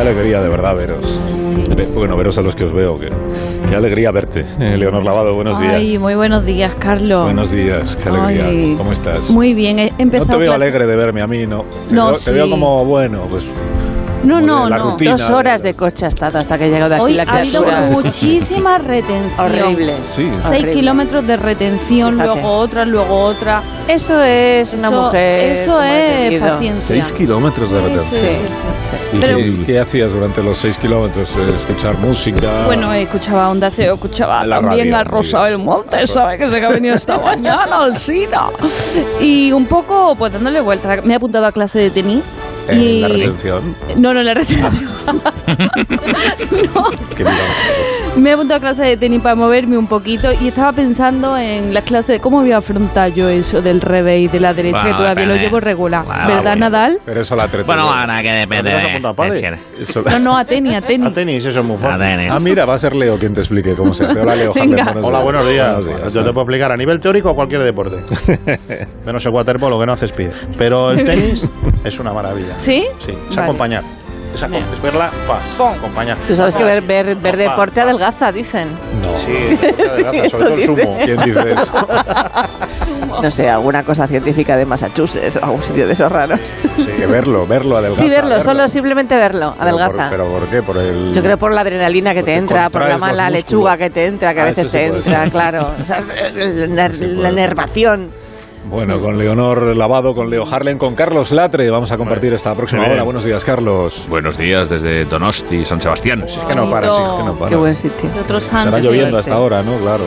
alegría de verdad veros. Ve- Bueno, veros a los que os veo. que- qué alegría verte. Eh, Leonor Lavado, buenos días. Ay, muy buenos días, Carlos. Buenos días, qué alegría. Ay. ¿Cómo estás? Muy bien, he no empezado te veo clase- alegre de verme a mí, no. Te, No, veo, te veo sí. como bueno, pues. No, como no, de la no. rutina Dos horas de- de coche ha estado hasta que ha llegado aquí Hoy la ha habido criatura. muchísima retención. Horrible. Sí. Seis Horrible. kilómetros de retención, Fíjate. luego otra, luego otra. Eso es una Eso- mujer. Eso como es he tenido. paciencia. Seis kilómetros de retención. Sí, sí, sí, sí. ¿Y Pero- qué, qué hacías durante los seis kilómetros? Eh, ¿Escuchar música? Bueno, eh, escuchaba Onda Cero, escuchaba Ah. La también radio, a Rosa radio. Belmonte, ¿sabes? Que se que ha venido esta mañana al SIDA. Y un poco, pues dándole vuelta. Me he apuntado a clase de tenis. Eh, y... ¿La retención? No, no, la retención. Qué bien. Me he apuntado a clase de tenis para moverme un poquito y estaba pensando en las clases de cómo voy a afrontar yo eso del revés y de la derecha, que Bueno, todavía lo depende. llevo regular. Bueno, ¿Verdad, bueno. Nadal? Pero eso la atletismo. Bueno, ahora que depende ¿Pero te has de, apuntado a pádel? de ser- Eso- No, no, a tenis, a tenis. A tenis, eso es muy a fácil. tener. Ah, mira, va a ser Leo quien te explique cómo se hace. Hola, Leo. Jaime, Venga. Hola, buenos días. Buenos días. Yo te puedo explicar a nivel teórico o cualquier deporte. Menos el waterpolo, que no haces pie. Pero el tenis es una maravilla. ¿Sí? Sí, es Vale. acompañar. Es, acom- es verla, pas, acompañar. Tú sabes que ver, ver, ver Pa, deporte pa. adelgaza, dicen. No. Sí, deporte adelgaza, sobre todo el sumo. ¿Quién dice eso? No sé, alguna cosa científica de Massachusetts o algún sitio de esos raros. Sí, que verlo, verlo adelgaza. Sí, verlo, solo simplemente verlo, Pero por- adelgaza. ¿Pero por qué? Por el... Yo creo por la adrenalina que Porque te entra, por la contraes los mala músculos. lechuga que te entra, que Ah, a eso veces sí te puede entra, ser. claro. O sea, la, ner- Sí puede la ser. nervación. Mm. Bueno, con Leonor Lavado, con Leo Harlen, con Carlos Latre. Vamos a compartir esta próxima Muy bien. hora. Buenos días, Carlos. Buenos días desde Donosti, San Sebastián. Es que no paras, es que no Bueno, Qué buen sitio. De otros Ah, santos. Estará lloviendo hasta ahora, ¿no? Claro.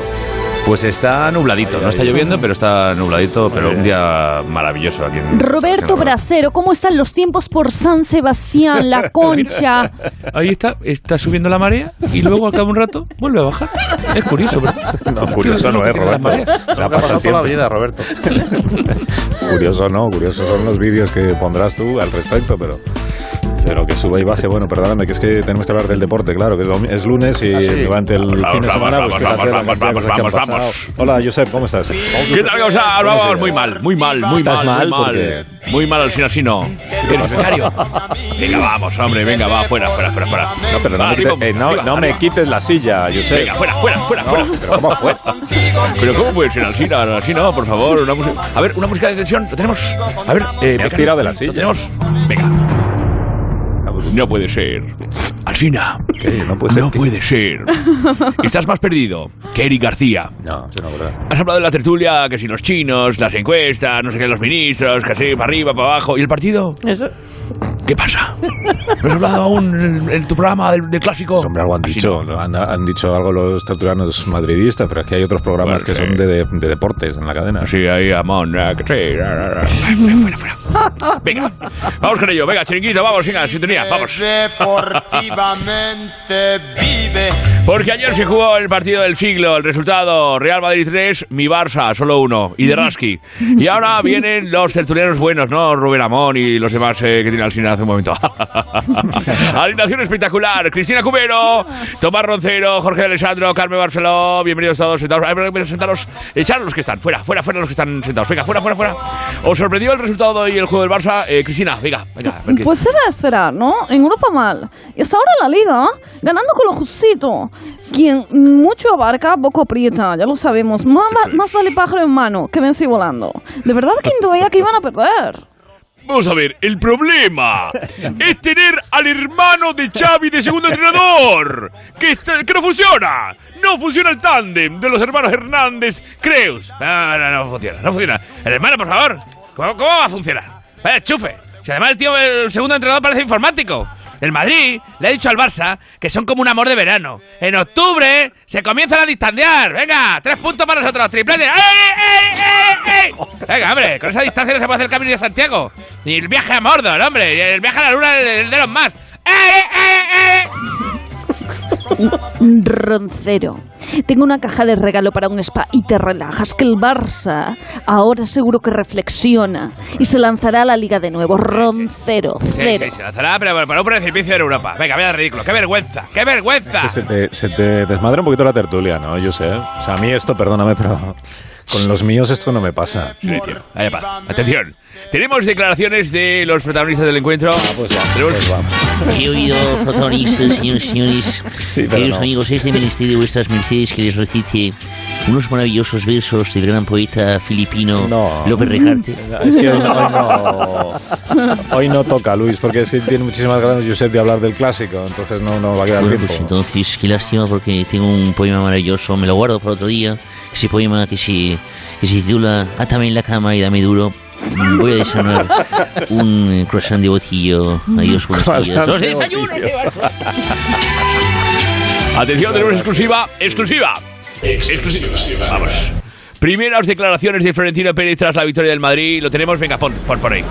Pues está nubladito, Ay, no está ay, lloviendo, pero está nubladito, pero bien. un día maravilloso aquí en Roberto San Sebastián. Brasero, ¿cómo están los tiempos por San Sebastián, La Concha? Ahí está, está subiendo la marea y luego al cabo de un rato vuelve a bajar. Es curioso, ¿verdad? No, curioso eh, no es, Roberto. Eso Ya me ha pasa pasado toda la siempre. vida, Roberto. Curioso no, curiosos son los vídeos que pondrás tú al respecto, pero... Pero que suba y baje, bueno, perdóname, que es que tenemos que hablar del deporte, claro, que es, domi- es lunes y Ah, sí. durante el Vamos, fin de vamos, semana... vamos, pues, vamos, fíjate la vamos, cantidad de vamos, cosas que han vamos, vamos. pasado. Hola, Josep, ¿cómo estás? ¿Qué tal, cómo estás? Buenos Vamos, días. muy mal, muy mal, muy ¿Estás mal, muy mal? ¿Por mal. Muy mal al final, si no. ¿Qué necesario? Venga, vamos, hombre, venga, va, fuera, fuera, fuera, fuera. No, pero no, Va, me, arriba, quites, eh, no, arriba, no me arriba. quites la silla, Josep. Venga, fuera, fuera, fuera, fuera. No, pero ¿cómo fue? Pero ¿cómo puede ser así? No, Así no, por favor. Una música- a ver, una música de tensión. Lo tenemos. A ver, eh, Me has Mecano, tirado de la silla. Lo tenemos. Venga. No puede ser. Alcina. ¿Qué? No puede ser No que- puede ser. Estás más perdido que Eric García. No, eso no es verdad. Has hablado de la tertulia, que si los chinos, las encuestas, no sé qué, los ministros, que así, para arriba, para abajo. ¿Y el partido? Eso. ¿Qué pasa? ¿No has hablado aún en, en tu programa del, del clásico? Hombre, algo han Así dicho, han, han dicho algo los tertulianos madridistas, pero es que hay otros programas Bueno, que sí. son de, de- de deportes en la cadena. Sí, ahí, Amón. ah, que sí, ra, ra, ra. Fuera, fuera, fuera. Venga, vamos con ello. Venga, chiringuito, vamos, venga, sintonía, vamos. Deportivamente vive. Porque ayer se jugó el partido del siglo. El resultado: Real Madrid 3, mi Barça, solo uno. Y de Raski. Y ahora vienen los tertulianos buenos, ¿no? Rubén Amón y los demás eh, que tiene Alcina hace un momento. Alineación espectacular: Cristina Cubero, Tomás Roncero, Jorge Alessandro, Carmen Barceló. Bienvenidos todos sentados. Ay, pero- pero sentaros, echar los que están. Fuera, fuera, fuera los que están sentados. Venga, fuera, fuera, fuera. ¿Os sorprendió el resultado y el juego del Barça? Eh, Cristina, venga, venga. a ver qué- Pues era de esperar, ¿no? En Europa mal. Y hasta ahora la liga, ganando con lo justito. Quien mucho abarca, poco aprieta, ya lo sabemos. Más, va- más vale pájaro en mano que vence volando. De verdad que intuía que iban a perder. Vamos a ver, el problema es tener al hermano de Xavi de segundo entrenador, que, está- que no funciona. No funciona el tándem de los hermanos Hernández Creus. No, no, no funciona, no funciona. El hermano, por favor, ¿cómo, cómo va a funcionar? Vaya chufe. Si además el tío, el segundo entrenador parece informático. El Madrid le ha dicho al Barça que son como un amor de verano. En octubre se comienzan a distanciar. Venga, tres puntos para nosotros, triplete. ¡Ey, ey, ey, ey! Venga, hombre, con esa distancia no se puede hacer el camino de Santiago. Ni el viaje a Mordor, hombre. ni El viaje a la luna de de los más. ¡Ey, ey, ey! Roncero, tengo una caja de regalo para un spa y te relajas que el Barça ahora seguro que reflexiona y se lanzará a la liga de nuevo. Roncero, Sí, cero. sí, se lanzará, pero para un precipicio en Europa. Venga, vaya ridículo. ¡Qué vergüenza! ¡Qué vergüenza! ¿eh? Que se, te, se te desmadra un poquito la tertulia, ¿no, Josep? O sea, a mí esto, perdóname, pero Con los míos esto no me pasa. Silencio. Dale paz. Atención. Tenemos declaraciones de los protagonistas del encuentro. Pues Tenemos- Pues He oído, protagonistas, señores y señores, Sí, pero queridos no. amigos, es de ministerio de vuestras mercedes que les recite unos maravillosos versos del gran poeta filipino No. Mm. López Recarte. Es que hoy no, hoy no- hoy no toca, Luis, porque sí tiene muchísimas ganas Josep de hablar del clásico, entonces no, no va a quedar Bueno, pues tiempo. entonces, qué lástima porque tengo un poema maravilloso, me lo guardo para otro día. Ese poema que se, que se titula Átame en la cama y dame duro. Mm, Voy a desayunar un eh, croissant de botillo. Adiós, buenos días. Croissant Los de desayunos de botillo. Barcelona. Atención, tenemos exclusiva. Exclusiva. Exclusiva. Vamos. Primeras declaraciones de Florentino Pérez tras la victoria del Madrid. Lo tenemos, venga, pon, pon por ahí.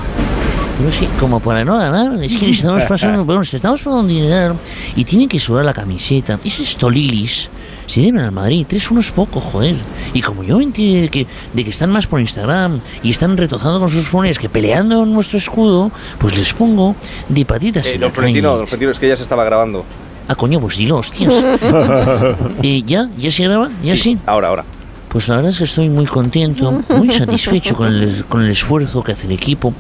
No sé, como para no ganar, es que estamos pasando, bueno, estamos pasando un dinero y tienen que sudar la camiseta. Esos tolilis se deben al Madrid, tres unos poco, joder. Y como yo me enteré de que, de que están más por Instagram y están retozando con sus fones que peleando en nuestro escudo, pues les pongo de patitas en la calle. es que ya se estaba grabando. Ah, coño, pues dilo, hostias. Eh, ¿Ya? ¿Ya se graba? ¿Ya sí? Ahora, ahora. Pues la verdad es que estoy muy contento, muy satisfecho con el, con el esfuerzo que hace el equipo.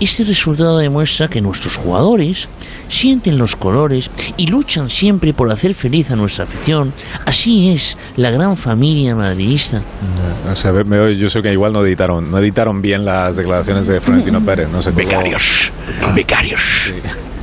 Este resultado demuestra que nuestros jugadores sienten los colores y luchan siempre por hacer feliz a nuestra afición. Así es la gran familia madridista. O sea, me- me- yo sé que igual no editaron, no editaron bien las declaraciones de Florentino Pérez, no sé cómo. Becarios. Becarios.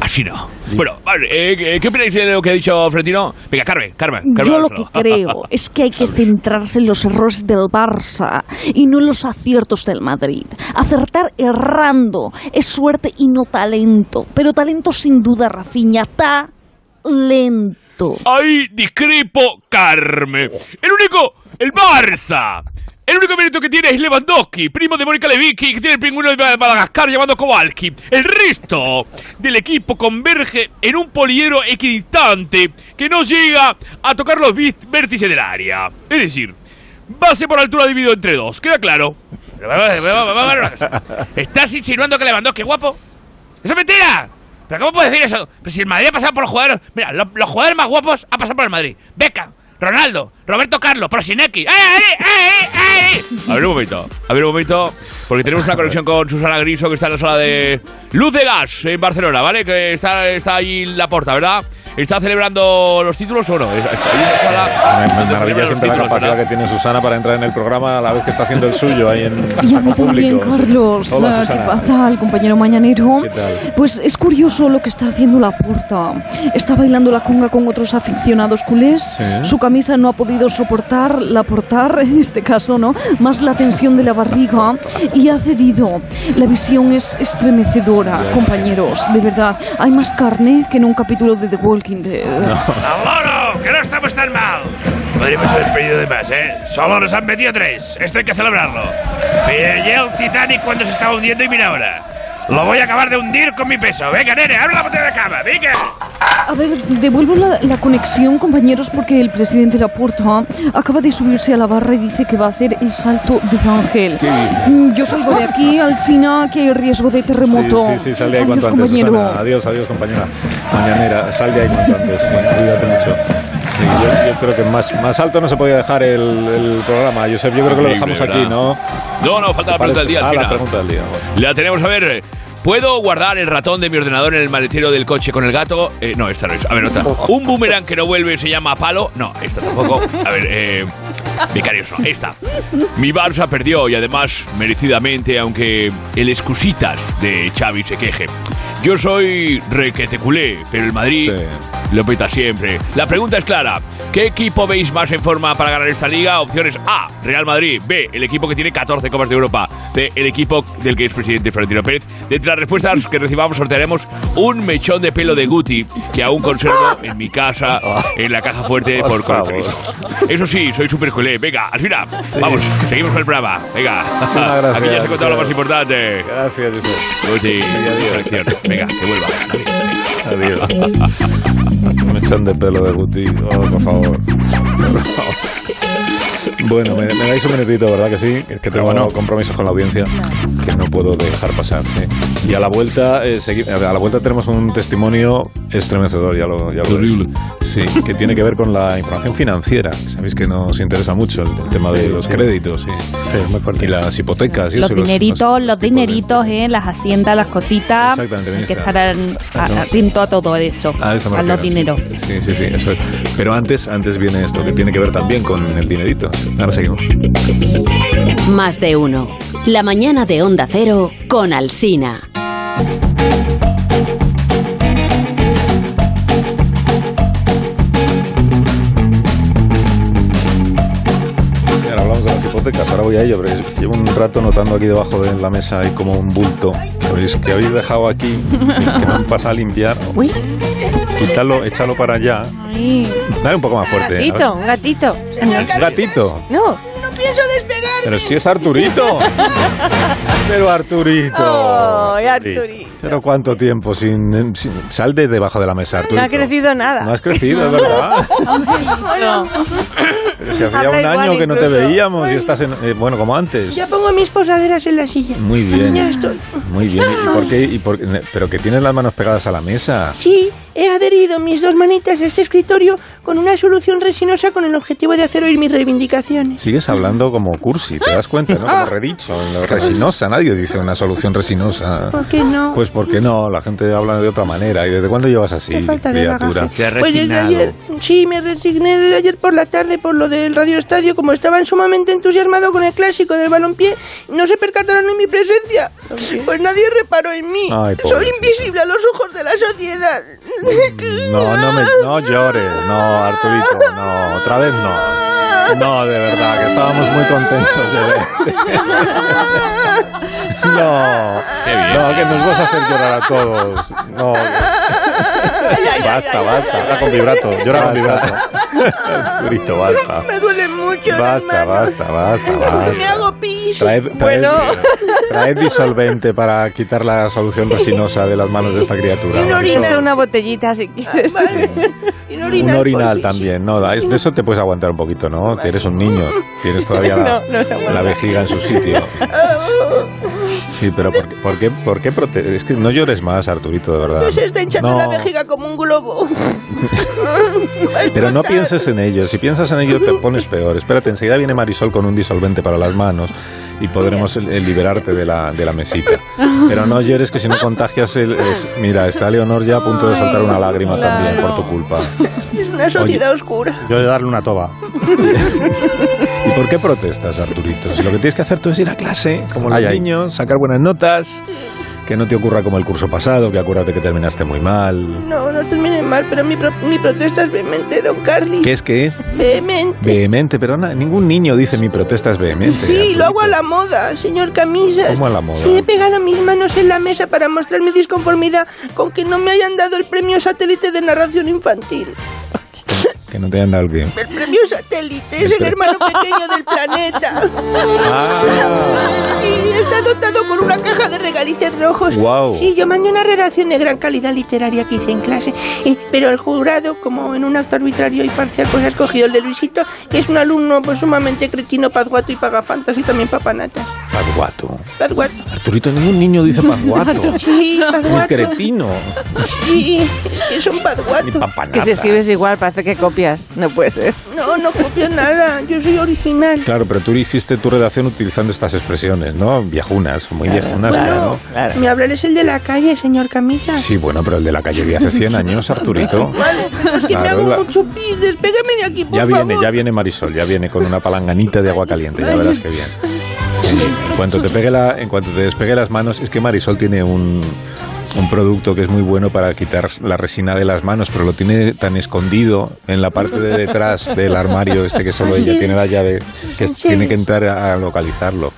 Así no. Bueno, vale, eh, ¿qué opináis de lo que ha dicho Florentino? Venga, Carmen, Carmen. Carmen Yo lo que Barceló. creo es que hay que centrarse en los errores del Barça y no en los aciertos del Madrid. Acertar errando es suerte y no talento. Pero talento sin duda, Rafinha, talento. Ahí discrepo, Carmen. El único, el Barça. El único mérito que tiene es Lewandowski, primo de Mónica Levicki, que tiene el pingüino de Madagascar llamado Kowalski. El resto del equipo converge en un poliedro equidistante que no llega a tocar los vis- vértices del área. Es decir, base por altura dividido entre dos. ¿Queda claro? Pero va- va- va- va- va- va- una cosa. ¿Estás insinuando que Lewandowski es guapo? ¡Eso es mentira! ¿Pero cómo puedes decir eso? Pues si el Madrid ha pasado por los jugadores... Mira, lo- los jugadores más guapos han pasado por el Madrid. Beckham, Ronaldo, Roberto Carlos, Prosinecki... ¡Eh, eh, eh, eh, eh! A ver un momento, a ver un momento, porque tenemos una conexión con Susana Griso, que está en la sala de Luz de Gas, en Barcelona, ¿vale? Que está, está ahí en la puerta, ¿verdad? ¿Está celebrando los títulos o no? Está- está ahí en la sala Me, me donde maravilla celebran los siempre la títulos, capacidad ¿verdad? que tiene Susana para entrar en el programa a la vez que está haciendo el suyo ahí en Y a mí saco también, público. Carlos. Hola, Ah, ¿Qué Susana. pasa, el compañero mañanero? ¿Qué tal? Pues es curioso lo que está haciendo la puerta. Está bailando la conga con otros aficionados culés. Su camisa no ha podido soportar la portar, en este caso, ¿no? Más la tensión de la barriga y ha cedido. La visión es estremecedora, compañeros. De verdad, hay más carne que en un capítulo de The Walking Dead. ¡Al loro! ¡Que no estamos tan mal! Podríamos haber pedido de más, ¿eh? Solo nos han metido tres. Esto hay que celebrarlo. Pillé el Titanic cuando se estaba hundiendo y mira ahora. Lo voy a acabar de hundir con mi peso. Venga, nene, abre la botella de cama. Venga. A ver, devuelvo la, la conexión, compañeros, porque el presidente Laporta acaba de subirse a la barra y dice que va a hacer el salto de ángel. Mm, Yo salgo de aquí, al Sina, que hay riesgo de terremoto. Sí, sí, sí, sal de ahí Adiós, cuanto antes, compañero. Susana. Adiós, adiós, compañera. Mañanera, sal de ahí cuanto antes. sí, cuídate mucho. Sí, yo, yo creo que más, más alto no se podía dejar el, el programa. Josep, yo creo que lo dejamos aquí, ¿no? No, no, falta la pregunta del día. Ah, al la final. pregunta del día. bueno. La tenemos a ver. ¿Puedo guardar el ratón de mi ordenador en el maletero del coche con el gato? Eh, no, esta no es. A ver, otra. ¿Un boomerang que no vuelve se llama palo? No, esta tampoco. A ver, eh. Vicarios, no. Esta. Mi Barça perdió y además, merecidamente, aunque el excusitas de Xavi se queje. Yo soy requeteculé, pero el Madrid lo peta siempre. La pregunta es clara. ¿Qué equipo veis más en forma para ganar esta liga? Opciones A, Real Madrid. B, el equipo que tiene 14 Copas de Europa. C, el equipo del que es presidente Florentino Pérez. De entre las respuestas que recibamos sortearemos un mechón de pelo de Guti que aún conservo en mi casa, en la caja fuerte por Por favor. Corferizo. Eso sí, soy super culé. Venga, al final. Vamos, seguimos con el programa. Venga. Muchísimas gracias, Aquí ya se ha contado lo más Josep. importante. Gracias, Josep. Guti, adiós. selección. Venga, que vuelva. Adiós. Me echan de pelo de Guti. Oh, por favor. Por favor. Bueno, me, me dais un minutito, ¿verdad que sí? Es que tengo compromisos con la audiencia que no puedo dejar pasar. sí. Y a la vuelta eh, segui- a la vuelta tenemos un testimonio estremecedor, ya lo, ya lo Terrible. veréis. Sí, que tiene que ver con la información financiera. Sabéis que nos interesa mucho el, el tema de los créditos y, Sí, muy fuerte. y las hipotecas. Y Los eso, dineritos, los- los, los tipos de- dineritos, eh, las haciendas, las cositas. Exactamente, bien Hay que está. Ah, estar an- a- Eso. atento a todo eso. A eso me a los refiero, dineros. sí. Sí, sí, sí, eso es. Pero antes, antes viene esto que tiene que ver también con el dinerito. Ahora seguimos. Más de uno. La mañana de Onda Cero con Alsina. Señora, hablamos de las hipotecas, ahora voy a ello, pero es- llevo un rato notando aquí debajo de la mesa hay como un bulto que habéis, que habéis dejado aquí, que no pasa a limpiar. Uy. Quítalo, échalo para allá. Dale un poco más fuerte. a ver. Gatito, un gatito. Un gatito. No, Pero si es Arturito. Pero Arturito. Ay, Arturito. Pero cuánto tiempo sin, sin- sal de debajo de la mesa, Arturito. no ha crecido nada. No has crecido, es verdad. Pero si hacía Habla un igual año que no te incluso. veíamos y estás en- eh, bueno como antes. Ya pongo mis posaderas en la silla. Muy bien. Ya estoy. Muy bien. ¿Y por qué? ¿Y por qué? Pero que tienes las manos pegadas a la mesa. Sí, he adherido mis dos manitas a este escritorio con una solución resinosa con el objetivo de hacer oír mis reivindicaciones. Sigues hablando como cursi, te das cuenta, ¿no? Como redicho, lo resinosa. Nadie dice una solución resinosa. ¿Por qué no? Pues porque no, la gente habla de otra manera. ¿Y desde cuándo llevas así, Qué falta de criatura? bagaje. Pues desde ayer, sí, me resigné desde ayer por la tarde por lo del Radio Estadio, como estaban sumamente entusiasmados con el clásico del balompié, no se percataron de mi presencia. Pues nadie reparó en mí. Ay, Soy pobrecito. Mm, invisible a los ojos de la sociedad. No, no, me, no llores. No, Arturito, no. Otra vez no. No, de verdad, que estábamos muy contentos de verte. No, no, que nos vas a hacer llorar a todos. No, basta, basta. Llora con vibrato, llora con vibrato. Arturito, basta. Me duele mucho. las Basta, manos. basta, basta, Me basta. hago pis. Traed, traed- bueno, traed disolvente para quitar la solución resinosa de las manos de esta criatura. Un Porque orinal. esto- Una Una botellita si quieres. Un Un orinal, orinal por fin, sí. también, no, da- es- de eso te puedes aguantar un poquito, ¿no? Si eres un niño, tienes todavía la, No, no se aguanta. la vejiga en su sitio. Sí, pero ¿por qué, por qué, por qué prote- Es que no llores más, Arturito, de verdad. Me se está hinchando No, pues la vejiga como un globo. Va a Pero no explotar. pienses en ello, si piensas en ello te pones peor. Espérate, enseguida viene Marisol con un disolvente para las manos y podremos eh, liberarte de la, de la mesita. Pero no llores que si no contagias el... es- mira, está Leonor ya a punto de soltar una lágrima también por tu culpa. Es una sociedad oscura. Yo de darle una toba. ¿Y por qué protestas, Arturito? Si lo que tienes que hacer tú es ir a clase, como los Ay, ay. niños, sacar buenas notas, que no te ocurra como el curso pasado, que acuérdate que terminaste muy mal. No, no terminen mal, pero mi, pro- mi protesta es vehemente, don Carly. ¿Qué es que? Vehemente. Vehemente, pero na- ningún niño dice mi protesta es vehemente. Sí, lo hago a la Arturito. moda, señor Camisas. ¿Cómo a la moda? Sí, he pegado mis manos en la mesa para mostrar mi disconformidad con que no me hayan dado el premio satélite de narración infantil. Que no te hayan dado el bien. El premio satélite es el hermano pequeño del planeta. Ah, Y está dotado con una caja de regalices rojos. Guau. Sí, yo mandé una redacción de gran calidad literaria que hice en clase. eh, pero el jurado, como en un acto arbitrario y parcial, pues ha escogido el de Luisito, que es un alumno pues sumamente cretino, pazguato y pagafantas y también papanatas. Paguato. Pazguato. Arturito, ningún niño dice paguato. Sí, Muy pazguato. cretino. Sí, es que son Ni pazguatos. papanata. Que si escribes igual parece que copias. No puede ser. No, no copio nada. Yo soy original. Claro, pero tú hiciste tu redacción utilizando estas expresiones, ¿no? Viejunas, muy viejunas, Claro. claro. Mi hablar es el de la calle, señor Camisa. Sí, bueno, pero el de la calle vi hace 100 años, Arturito. Vale, pero es que me Claro, hago la- mucho pis. Despégame de aquí, por Ya favor. viene, ya viene Marisol, ya viene con una palanganita de agua caliente, ya verás que bien. Sí, en cuanto te pegue la, en cuanto te despegue las manos, es que Marisol tiene un, un producto que es muy bueno para quitar la resina de las manos, pero lo tiene tan escondido en la parte de detrás del armario este que solo ella tiene la llave, que es- tiene que entrar a a localizarlo.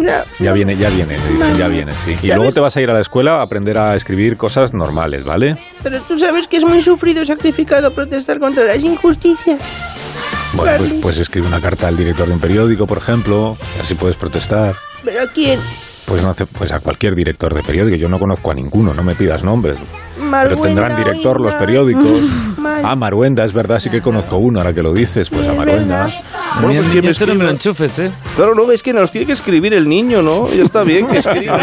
Ya. Ya viene, ya viene, le dicen, ya viene, sí. Y luego te vas a ir a la escuela a aprender a escribir cosas normales, ¿vale? Pero tú sabes que es muy sufrido y sacrificado protestar contra las injusticias. Bueno, pues, Carly. pues escribe una carta al director de un periódico, por ejemplo, y así puedes protestar. ¿Pero a quién? Pues, no hace- pues a cualquier director de periódico. Yo no conozco a ninguno, no me pidas nombres. Marbuena, Pero tendrán director los oiga. periódicos. Mal. Ah, Maruenda, es verdad, sí que conozco uno, ahora que lo dices. Pues a Es Maruenda. verdad. Bueno, pues que me Esto no me escriba. lo enchufes, ¿eh? Claro, no, es que nos tiene que escribir el niño, ¿no? Ya está bien que escriba.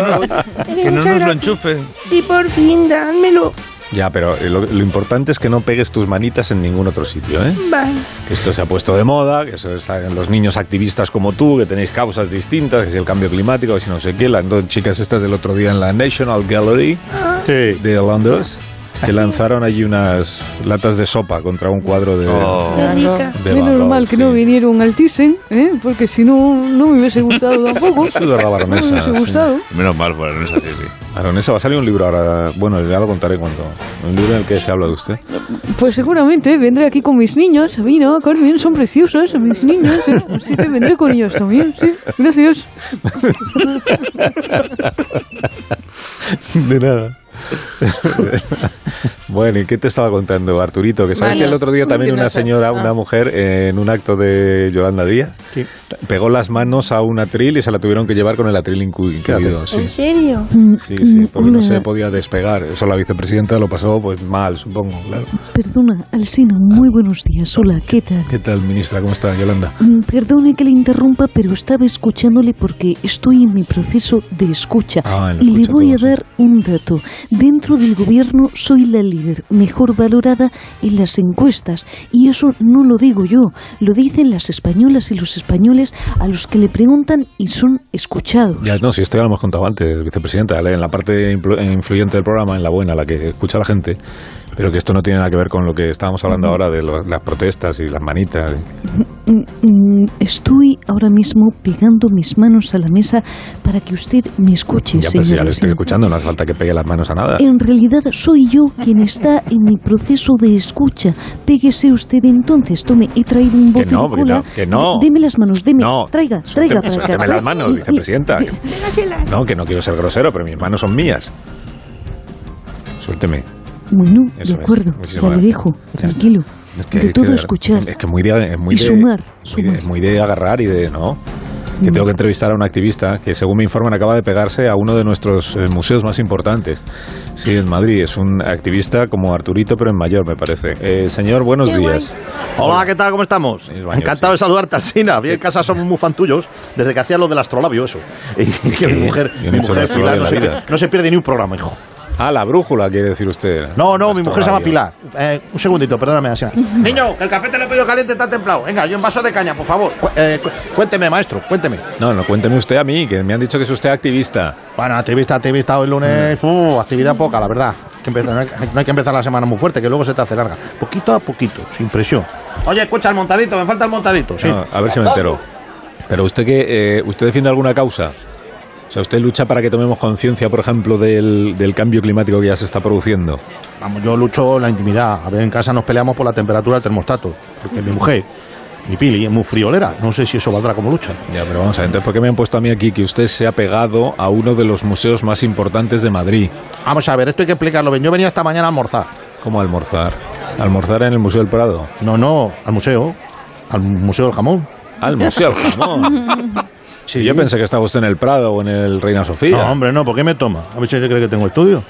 Que no nos lo enchufe. Y por fin, dádmelo. Ya, pero eh, lo, lo importante es que no pegues tus manitas en ningún otro sitio, ¿eh? Vale. Que esto se ha puesto de moda, que eso está en los niños activistas como tú, que tenéis causas distintas, que si el cambio climático, que si no sé qué. Las dos chicas estas del otro día en la National Gallery de Londres, que lanzaron allí unas latas de sopa contra un cuadro de... Qué rica. de Menos Van Gogh. mal que no vinieron al Thyssen, ¿eh? porque si no, no me hubiese gustado tampoco. Eso de la baronesa, No me hubiese sí. gustado. Menos mal, pues, Baronesa, sí, sí. Baronesa, va a salir un libro ahora. Bueno, ya lo contaré cuando. Un libro en el que se habla de usted. Pues seguramente vendré aquí con mis niños, a mí, ¿no? Carmen, son preciosos mis niños, ¿eh? Así que vendré con ellos también, sí. Gracias. De nada. bueno, ¿y qué te estaba contando, Arturito? Que sabes que el Manos otro día también una luminosas. señora, una Ah. mujer, eh, en un acto de Yolanda Díaz, pegó las manos a un atril y se la tuvieron que llevar con el atril incu- incluido. Sí, ¿En serio? sí, Mm, sí, porque no se podía despegar. Eso la vicepresidenta lo pasó pues mal, supongo, claro. Perdona, Alsina, muy buenos días. Hola, ¿qué tal? ¿Qué tal, ministra? ¿Cómo está, Yolanda? Mm, Perdone que le interrumpa, pero estaba escuchándole porque estoy en mi proceso de escucha. Ah, lo y le escucha voy a dar un dato. Dentro del gobierno soy la líder mejor valorada en las encuestas. Y eso no lo digo yo, lo dicen las españolas y los españoles a los que le preguntan y son escuchados. Ya, no, si esto ya lo hemos contado antes, vicepresidenta, en la parte influ- influyente del programa, en la buena, la que escucha la gente, pero que esto no tiene nada que ver con lo que estábamos hablando ahora de lo- las protestas y las manitas. ¿eh? Mm, mm, Estoy ahora mismo pegando mis manos a la mesa para que usted me escuche, ya, pero si ya señor lo estoy Alsina. escuchando, no hace falta que pegue las manos a nada. En realidad soy yo quien está en mi proceso de escucha. Péguese usted entonces. Tome, he traído un bote no, de que cola. no, que no. Deme las manos, deme. No, Traiga, traiga para acá. Eh, Suélteme las manos, vicepresidenta. Pégaselas. No, que no quiero ser grosero, pero mis manos son mías. Suélteme. Bueno, Eso es. de acuerdo, Muchísimas ya le gracias. dejo. Tranquilo. Es que- de es que todo verdad, escuchar. Es que muy de, es muy Y de- sumar, Mm. es muy de- es muy de agarrar y de no. Que tengo que entrevistar a un activista que, según me informan, acaba de pegarse a uno de nuestros eh, museos más importantes. Sí, en Madrid. Es un activista como Arturito, pero en mayor, me parece. Eh, señor, buenos días. Hola, ¿qué tal? ¿Cómo estamos? Encantado de saludarte, Alsina. Bien, en casa somos muy fan tuyos, desde que hacías lo del astrolabio, eso. Y que mi mujer, Yo no mi he hecho el mujer astrolabio Pilar, en no, la se, vida. no se pierde ni un programa, hijo. Ah, la brújula, quiere decir usted. No, no, mi mujer se llama Astrolabio. Pilar. Eh, un segundito, perdóname, Alsina. Niño, que el café te lo he pedido caliente, está templado. Venga, yo un vaso de caña, por favor. Cu- eh, cu- cuénteme, maestro, cuénteme. No, no, cuénteme usted a mí, que me han dicho que es usted activista. Bueno, activista, activista, hoy lunes, uh, actividad poca, la verdad. Que empieza- no, hay, no hay que empezar la semana muy fuerte, que luego se te hace larga. Poquito a poquito, sin presión. Ah. Oye, escucha el montadito, me falta el montadito, sí. No, a ver si me entero. Pero usted que eh, usted defiende alguna causa. O sea, usted lucha para que tomemos conciencia, por ejemplo, del, del cambio climático que ya se está produciendo. Vamos, yo lucho en la intimidad. A ver, en casa nos peleamos por la temperatura del termostato. Porque mi mujer, mi Pili, es muy friolera. No sé si eso valdrá como lucha. Ya, pero vamos a ver, entonces, ¿por qué me han puesto a mí aquí que usted se ha pegado a uno de los museos más importantes de Madrid? Vamos a ver, esto hay que explicarlo bien. Yo venía esta mañana a almorzar. ¿Cómo almorzar? ¿Almorzar en el Museo del Prado? No, no, al museo. Al Museo del Jamón. Al Museo del Jamón. Sí, yo pensé que estaba usted en el Prado o en el Reina Sofía. No, hombre, no, ¿por qué me toma? A ver si cree que tengo estudio.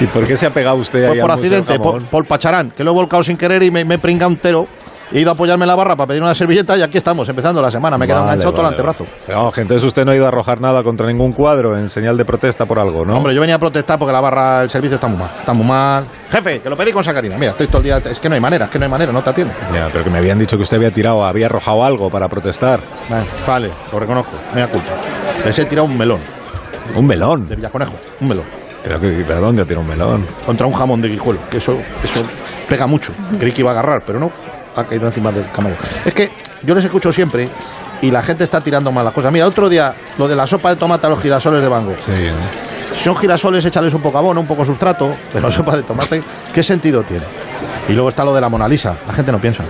¿Y por qué se ha pegado usted ahí Pues por al Museo del accidente, Jamón? por, por pacharán, que lo he volcado sin querer y me, me he pringado entero. He ido a apoyarme en la barra para pedir una servilleta y aquí estamos, empezando la semana. Me he quedado Vale, enganchado todo el vale, antebrazo. vale. Pero vamos, que entonces usted no ha ido a arrojar nada contra ningún cuadro en señal de protesta por algo, ¿no? Hombre, yo venía a protestar porque la barra, el servicio está muy mal. Está muy mal. Jefe, que lo pedí con sacarina. Mira, estoy todo el día. Es que no hay manera, es que no hay manera, no te atiende. Ya, pero que me habían dicho que usted había tirado, había arrojado algo para protestar. Vale, vale, lo reconozco, me da culpa. Les he tirado un melón. ¿Un melón? De Villaconejo, un melón. ¿Pero, que, pero dónde ha tirado un melón? Contra un jamón de guijuelo, que eso, eso pega mucho. Creí que iba a agarrar, pero no, ha caído encima del camarón. Es que yo les escucho siempre y la gente está tirando mal las cosas. Mira, otro día, lo de la sopa de tomate a los girasoles de Bango. Sí. Son girasoles, échales un poco abono, un poco sustrato, pero sopa de tomate, ¿qué sentido tiene? Y luego está lo de la Mona Lisa, la gente no piensa.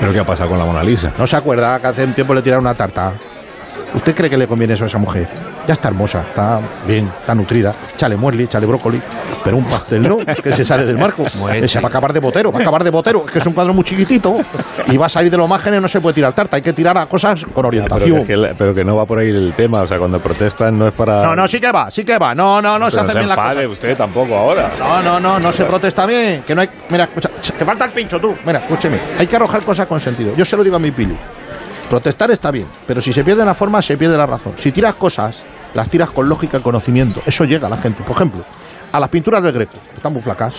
¿Pero qué ha pasado con la Mona Lisa? No se acuerda que hace un tiempo le tiraron una tarta. ¿Usted cree que le conviene eso a esa mujer? Ya está hermosa, está bien, está nutrida. Chale muerli, chale brócoli, pero un pastel no, que se sale del marco. Muerli. Se va a acabar de botero, va a acabar de botero. Es que es un cuadro muy chiquitito y va a salir de los márgenes, no se puede tirar tarta. Hay que tirar a cosas con Pero que, orientación. que la- pero que no va por ahí el tema, o sea, cuando protestan no es para... No, no, sí que va, sí que va. No, no, no, Pero se hacen se bien las enfade cosas. usted tampoco ahora. No, no, no, no se protesta bien. Que no hay. Mira, escucha, ch, te falta el pincho tú. Mira, escúcheme. Hay que arrojar cosas con sentido. Yo se lo digo a mi pili. Protestar está bien, pero si se pierde la forma, se pierde la razón. Si tiras cosas, las tiras con lógica y conocimiento. Eso llega a la gente. Por ejemplo, a las pinturas del Greco, que están muy flacas.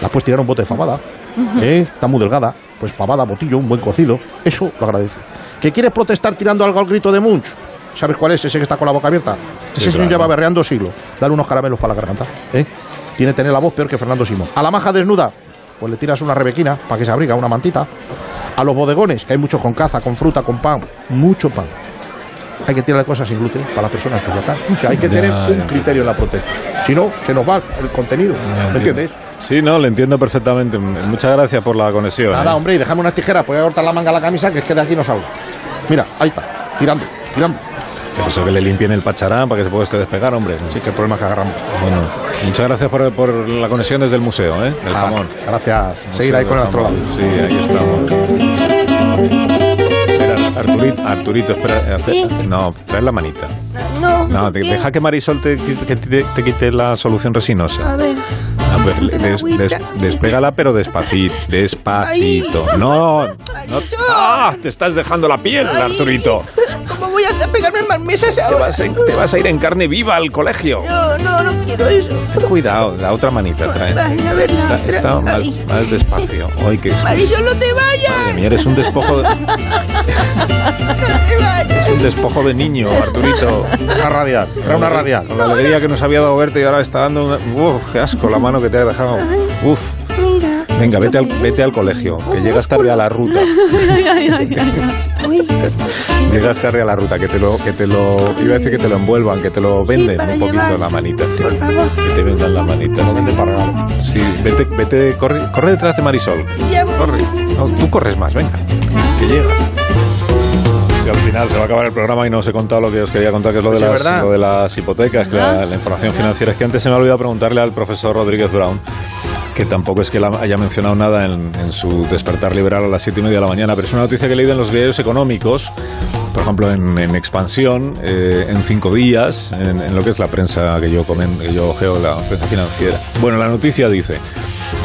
Las puedes tirar a un bote de fabada. ¿eh? Está muy delgada. Pues fabada, botillo, un buen cocido. Eso lo agradece. ¿Que quieres protestar tirando algo al grito de Munch? ¿Sabes cuál es? Ese que está con la boca abierta. Ese Sí, señor claro. lleva berreando siglo. Dale unos caramelos para la garganta. ¿eh? Tiene que tener la voz peor que Fernando Simón. A la maja desnuda, pues le tiras una rebequina para que se abriga, una mantita. A los bodegones, que hay muchos con caza, con fruta, con pan. Mucho pan. Hay que tirar cosas sin gluten para las personas que acá. O sea, hay que Ya, tener ya. un criterio en la protesta. Si no, se nos va el contenido. ¿Me entiendes? Sí, no, le entiendo perfectamente. Muchas gracias por la conexión. Nada, ¿eh? hombre, y déjame unas tijeras, pues voy a cortar la manga a la camisa, que es que de aquí no salgo. Mira, ahí está, tirando, tirando. Pero Eso que le limpien el pacharán para que se pueda usted despegar, hombre. Sí, que el problema es que agarramos. Bueno, muchas gracias por, por la conexión desde el museo, ¿eh? El jamón. Gracias. Ah, Seguir ahí con el otro lado. Sí, ahí estamos. Espera, Arturito, Arturito, espera. eh, hace- hace- no, trae la manita. No, No, te- deja que Marisol te, quite- que te- te quite la solución resinosa. A ver, A ver, le- Ah, pues, des- des- agüita. despégala, pero despacito. Despacito. Ahí. No, no. Marisol. ¡Ah! Te estás dejando la piel, Ay. Arturito. ¿cómo voy a hacer pegarme más mesas Te ahora? vas, a, te vas a ir en carne viva al colegio. No, no, no quiero eso. Ten cuidado, la otra manita trae. Ay, a ver, la Está, otra. está más, Ay. más despacio. Ay, que es Marisol, no te vayas. mía, eres un despojo de- no te vayas. un despojo de niño, Arturito. Una radial, era una radial. Con la alegría que nos había dado verte y ahora está dando una... Uf, qué asco la mano que te ha dejado. Uf. Mira. Venga, vete al, vete al colegio, que llegas tarde a la ruta. Uy, Llegas tarde a la ruta, que te lo, que te lo, iba a decir que te lo envuelvan, que te lo venden para un poquito llevar. la manita, sí. por favor. Que te vendan la manita. sí. Sí, vete, vete, corre, corre detrás de Marisol. Ya voy. Corre. No, tú corres más, venga. Que llegas. Si al final se va a acabar el programa y no os he contado lo que os quería contar, que es lo, Pues de, es las, verdad. lo de las hipotecas, que la, la información financiera. Es que antes se me ha olvidado preguntarle al profesor Rodríguez Brown, que tampoco es que la haya mencionado nada en, en su despertar liberal a las siete y media de la mañana, pero es una noticia que he leído en los diarios económicos, por ejemplo en, en Expansión, eh, en Cinco Días, en, en lo que es la prensa que yo, comen- que yo ojeo, la prensa financiera. Bueno, la noticia dice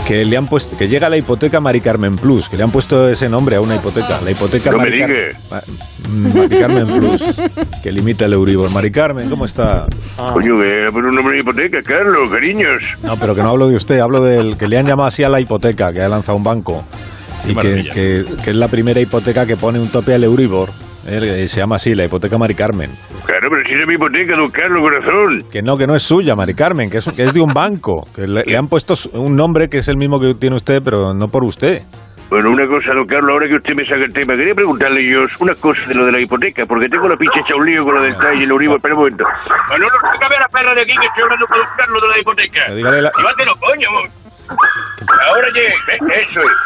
que le han puesto que llega la hipoteca Mari Carmen Plus, que le han puesto ese nombre a una hipoteca, la hipoteca No me Mari Car- digue. Ma- mm, Mari Carmen Plus, que limita el Euribor. Mari Carmen, ¿cómo está? Coño, que era por un nombre de hipoteca, Carlos, cariños. No, pero que no hablo de usted, hablo del que le han llamado así a la hipoteca que ha lanzado un banco y que, maravilla. que- que es la primera hipoteca que pone un tope al Euribor. Eh, se llama así, la hipoteca Mari Carmen. Claro, pero si era mi hipoteca, don Carlos, corazón. Que no, que no es suya, Mari Carmen, que es, que es de un banco. Que le, le han puesto su- un nombre que es el mismo que tiene usted, pero no por usted. Bueno, una cosa, don Carlos, ahora que usted me saca el tema, quería preguntarle yo una cosa de lo de la hipoteca, porque tengo la pinche hecha un lío con lo del TAI y el Uribe, espera un momento. Bueno, no, sácame a la perra de aquí que estoy hablando con don Carlos de la hipoteca. Pero dígale la- Llévatelo, coño. Ahora llegué, eso es.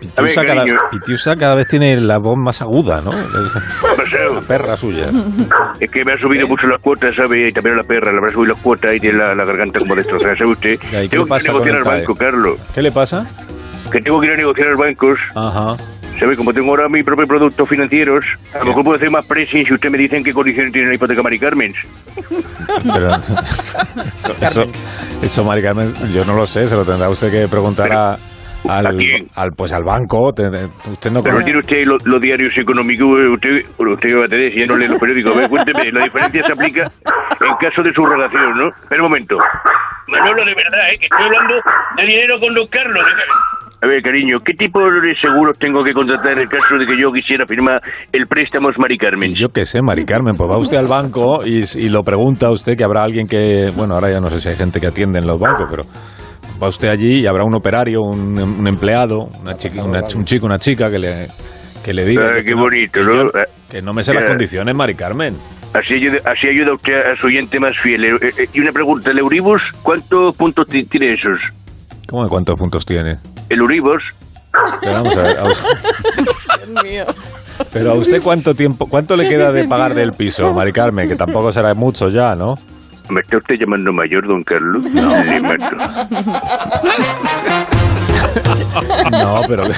A ver, Pitiusa cada, cariño, Pitiusa cada vez tiene la voz más aguda, ¿no? La ¿qué ha pasado? perra suya. Es que me ha subido ¿Eh? mucho las cuotas, ¿sabe? Y también a la perra, le habrá subido las cuotas y tiene la, la garganta como destrozada, ¿sabe usted? Ya, Tengo ¿y qué le que ir a pasa con negociar el al TAE? banco, Carlos. ¿Qué le pasa? Que tengo que ir a negociar a los bancos. Ajá. ¿Sabe? Como tengo ahora mis propios productos financieros, a lo mejor puedo hacer más pressing si usted me dice en qué condiciones tiene la hipoteca Mari Carmen. Pero eso, eso, eso, Mari Carmen, yo no lo sé, se lo tendrá usted que preguntar a, al, al- pues al banco. te- te- usted no Pero no conoce- tiene usted los, los diarios económicos, eh, usted, bueno, usted va a tener, si ya no lee los periódicos. A ver, cuénteme, la diferencia se aplica en caso de subrogación, ¿no? Espera un momento. Manolo, de verdad, ¿eh? que estoy hablando de dinero con don Carlos. A ver, cariño, ¿qué tipo de seguros tengo que contratar en el caso de que yo quisiera firmar el préstamo Mari Carmen? Yo qué sé, Mari Carmen, pues va usted al banco y, y lo pregunta a usted, que habrá alguien que, bueno, ahora ya no sé si hay gente que atiende en los bancos, pero va usted allí y habrá un operario, un, un empleado, una chica, una ch- un chico, una chica que le, que le diga... Ah, que qué no- bonito, que ¿no? Eh, yo- que no me sé las Ya. condiciones, Mari Carmen. Así ayuda, así ayuda usted a su oyente más fiel. Eh, eh, y una pregunta, ¿el Euribus cuántos puntos ti- tiene esos? ¿Cómo que cuántos puntos tiene? ¿El Euribus? Pero vamos a ver, vamos a ver. Pero a usted cuánto tiempo, cuánto le queda de pagar del piso, Mari Carmen, que tampoco será mucho ya, ¿no? ¿Me está usted llamando mayor, don Carlos? No. Le mato. No, pero le-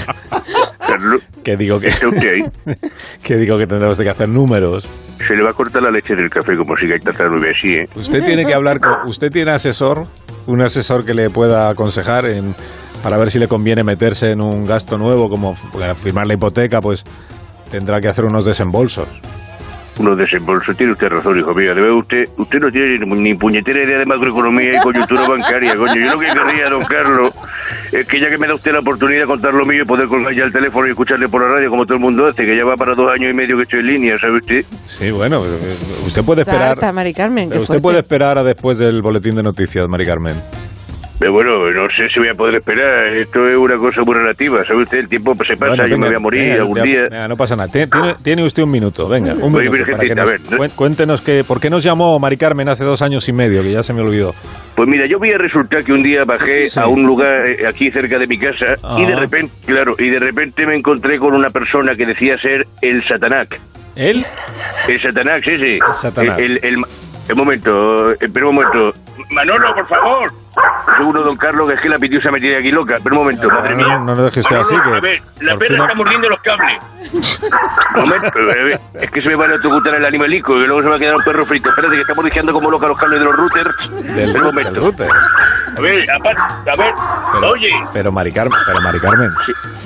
Carlos, que digo que ¿está usted ahí? que digo que tendremos que hacer números. Se le va a cortar la leche del café como siga tratándome así, ¿eh? Usted tiene que hablar con usted tiene asesor, un asesor que le pueda aconsejar en- para ver si le conviene meterse en un gasto nuevo como para firmar la hipoteca, pues tendrá que hacer unos desembolsos. Unos desembolsos. Tiene usted razón, hijo mío. Además, usted, usted no tiene ni, ni puñetera idea de macroeconomía y coyuntura bancaria, coño. Yo lo que querría, don Carlos, es que ya que me da usted la oportunidad de contar lo mío y poder colgar ya el teléfono y escucharle por la radio como todo el mundo hace, que ya va para dos años y medio que estoy en línea, ¿sabe usted? Sí, bueno, eh, usted puede esperar. Tarta, Mari Carmen, qué Pero usted fuerte. puede esperar a después del boletín de noticias, Mari Carmen. Pero bueno, no sé si voy a poder esperar. Esto es una cosa muy relativa, ¿sabe usted? El tiempo se pasa, Bueno, yo me venga, voy a morir venga, algún ya- día. venga, no pasa nada. Tiene, tiene- tiene usted un minuto, venga. Un Oye, minuto para Virgencita, que nos- a ver, ¿no? cuen- cuéntenos que, por qué nos llamó Mari Carmen hace dos años y medio, que ya se me olvidó. Pues mira, yo voy a resultar que un día bajé Sí. a un lugar eh, aquí cerca de mi casa y de Ah. repente, claro, y de repente me encontré con una persona que decía ser el Satanac. ¿Él? El Satanac, sí, sí. Satanac. El, el- el ma- un momento, eh, espera un momento. Manolo, por favor. Seguro, don Carlos, que es que la pitiusa me tiene aquí loca. Espera un momento, madre mía. No, no nos deje usted así, Manolo, que a ver, la por perra fin ha- está mordiendo los cables. Un momento, a ver, es que se me va a electrocutar el animalico y luego se va a quedar un perro frito. Espérate, que estamos diciendo como loca los cables de los routers. Espera del, un ru- Este momento. del router. A ver, aparte, a ver, oye, Pero Mari Carmen, pero Mari Carmen.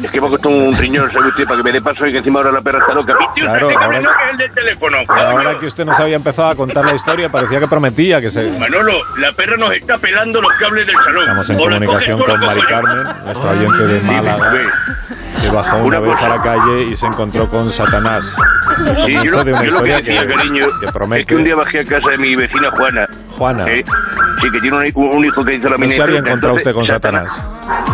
es que me ha costado un riñón, ¿sabe usted? Para que me dé paso y que encima ahora la perra está loca. Claro, ahora- es el del teléfono. Ahora que usted nos había empezado a contar la historia, parecía que prometía que se... Manolo, la perra nos está pelando los cables del salón. Estamos en O la comunicación coges tú, con la Mari coges yo. Carmen, nuestra oyente de Málaga, que bajó una vez a la calle y se encontró con Satanás. Sí, yo, Eso lo- de una yo lo que historia decía, que- cariño, que promete. es que un día bajé a casa de mi vecina Juana. Juana. ¿eh? Sí, que tiene un, un hijo que hizo la No se minería. había encontrado usted con Satanás.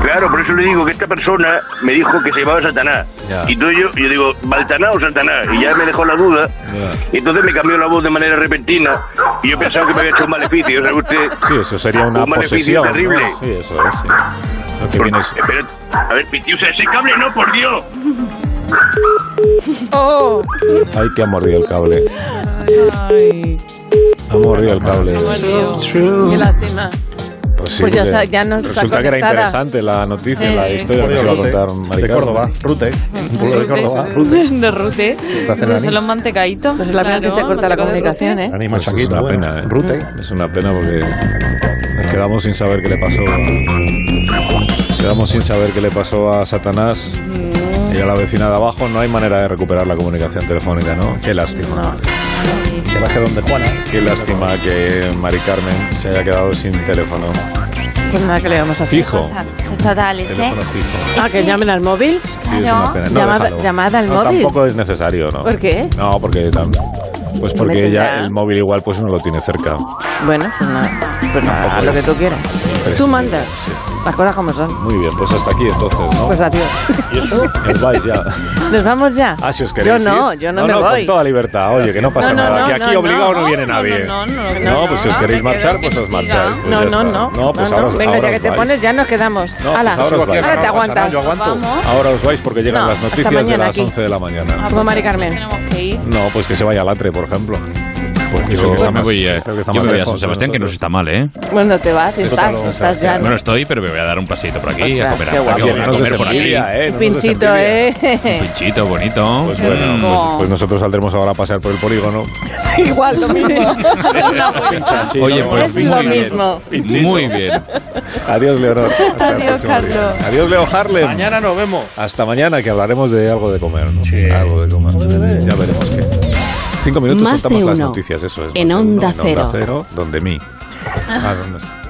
Claro, por eso le digo que esta persona me dijo que se llamaba Satanás. Ya. Y entonces yo, yo digo, ¿Baltaná o Satanás? Y ya me dejó la duda. Y entonces me cambió la voz de manera repentina. Y yo pensaba que me había hecho un maleficio, ¿sabe usted? Sí, eso sería una Un maleficio posesión. ¿no? terrible. Sí, eso es. sí. Lo que viene es- Espera, a ver, Pitiusa, ese cable no, por Dios. ¡Oh! Ay, que ha mordido el cable. Ha mordido el cable. Qué lástima. Pues sí, Pues ya porque sa- ya no está resulta que era conectada. interesante la noticia, la Eh. historia que nos iba a contar Mari De Carmen. Córdoba, Rute. Un pueblo de Córdoba. De Rute. hacen Pues anís. los mantecaditos. Pues es la pena que se corta la comunicación, ¿eh? Anima Pues Chaquita, es una bueno. pena, ¿eh? Es una pena porque nos quedamos sin saber qué le pasó. Nos Quedamos sin saber qué le pasó a Satanás Mm. y a la vecina de abajo. No hay manera de recuperar la comunicación telefónica, ¿no? Qué lástima. Que baje donde Juana. ¿eh? Qué lástima que Mari Carmen se haya quedado sin teléfono. Qué nada que le vamos a hacer. Fijo. Totales, ¿eh? Teléfono fijo. Ah, que llamen al móvil. Sí, es una pena. No, llamada, déjalo. llamada al No, móvil. Tampoco es necesario, ¿no? ¿Por qué? No, porque tam- pues porque Hombre, que ella ya. el móvil igual pues no lo tiene cerca. Bueno, pues nada. Pues nada, Tampoco lo que es tú quieras. imprescindible. Tú mandas. Las cosas como son. Muy bien, pues hasta aquí entonces, ¿no? Pues adiós. ¿Y eso? Os vais ya. Nos vamos ya. Ah, si os queréis Yo no, ir. yo no, me voy. Con toda libertad, oye, que no pasa No, no, nada. no, que aquí no, obligado no, no. viene nadie. no, no, No, pues si os queréis marchar, pues os marcháis. Pues no, ya no, está. no. No, pues No, no. ahora, Venga, ahora ya que os te vais. pones, ya nos quedamos. No, pues Ala, ahora os ahora te vais. No pasa aguantas. nada, yo Ahora os vais porque llegan No, las hasta noticias de mañana las aquí. 11 de la mañana. Como Pues Mari Carmen. No, pues que se vaya al atre, por ejemplo. Porque Pues Yo, eso que está me más- voy a, eso que está más yo me voy a lejos San de Sebastián, que no nosotros. está mal, ¿eh? Bueno, te vas, estás, Tócalo, estás ya. Bueno, estoy, pero me voy a dar un paseito por aquí, Ostras, a comer qué algo, guapo. a comer No nos por desenvidia, aquí. ¿eh? No nos Pinchito, ¿eh? Pinchito, bonito. Pues bueno, Mm. pues, pues nosotros saldremos ahora a pasear por el polígono. Igual lo mismo. Oye, pues es lo muy bien. mismo. Muy bien. Adiós, Leonor. Hasta el Adiós, próximo día. Carlos. Adiós, Leo Harlem. Mañana nos vemos. Hasta mañana que hablaremos de algo de comer, ¿no? Algo de comer. Ya veremos qué. Cinco minutos Más de contamos las uno. noticias, eso es. En Más de uno, Onda En Onda Cero. Cero, donde mí. Ah, ¿dónde está?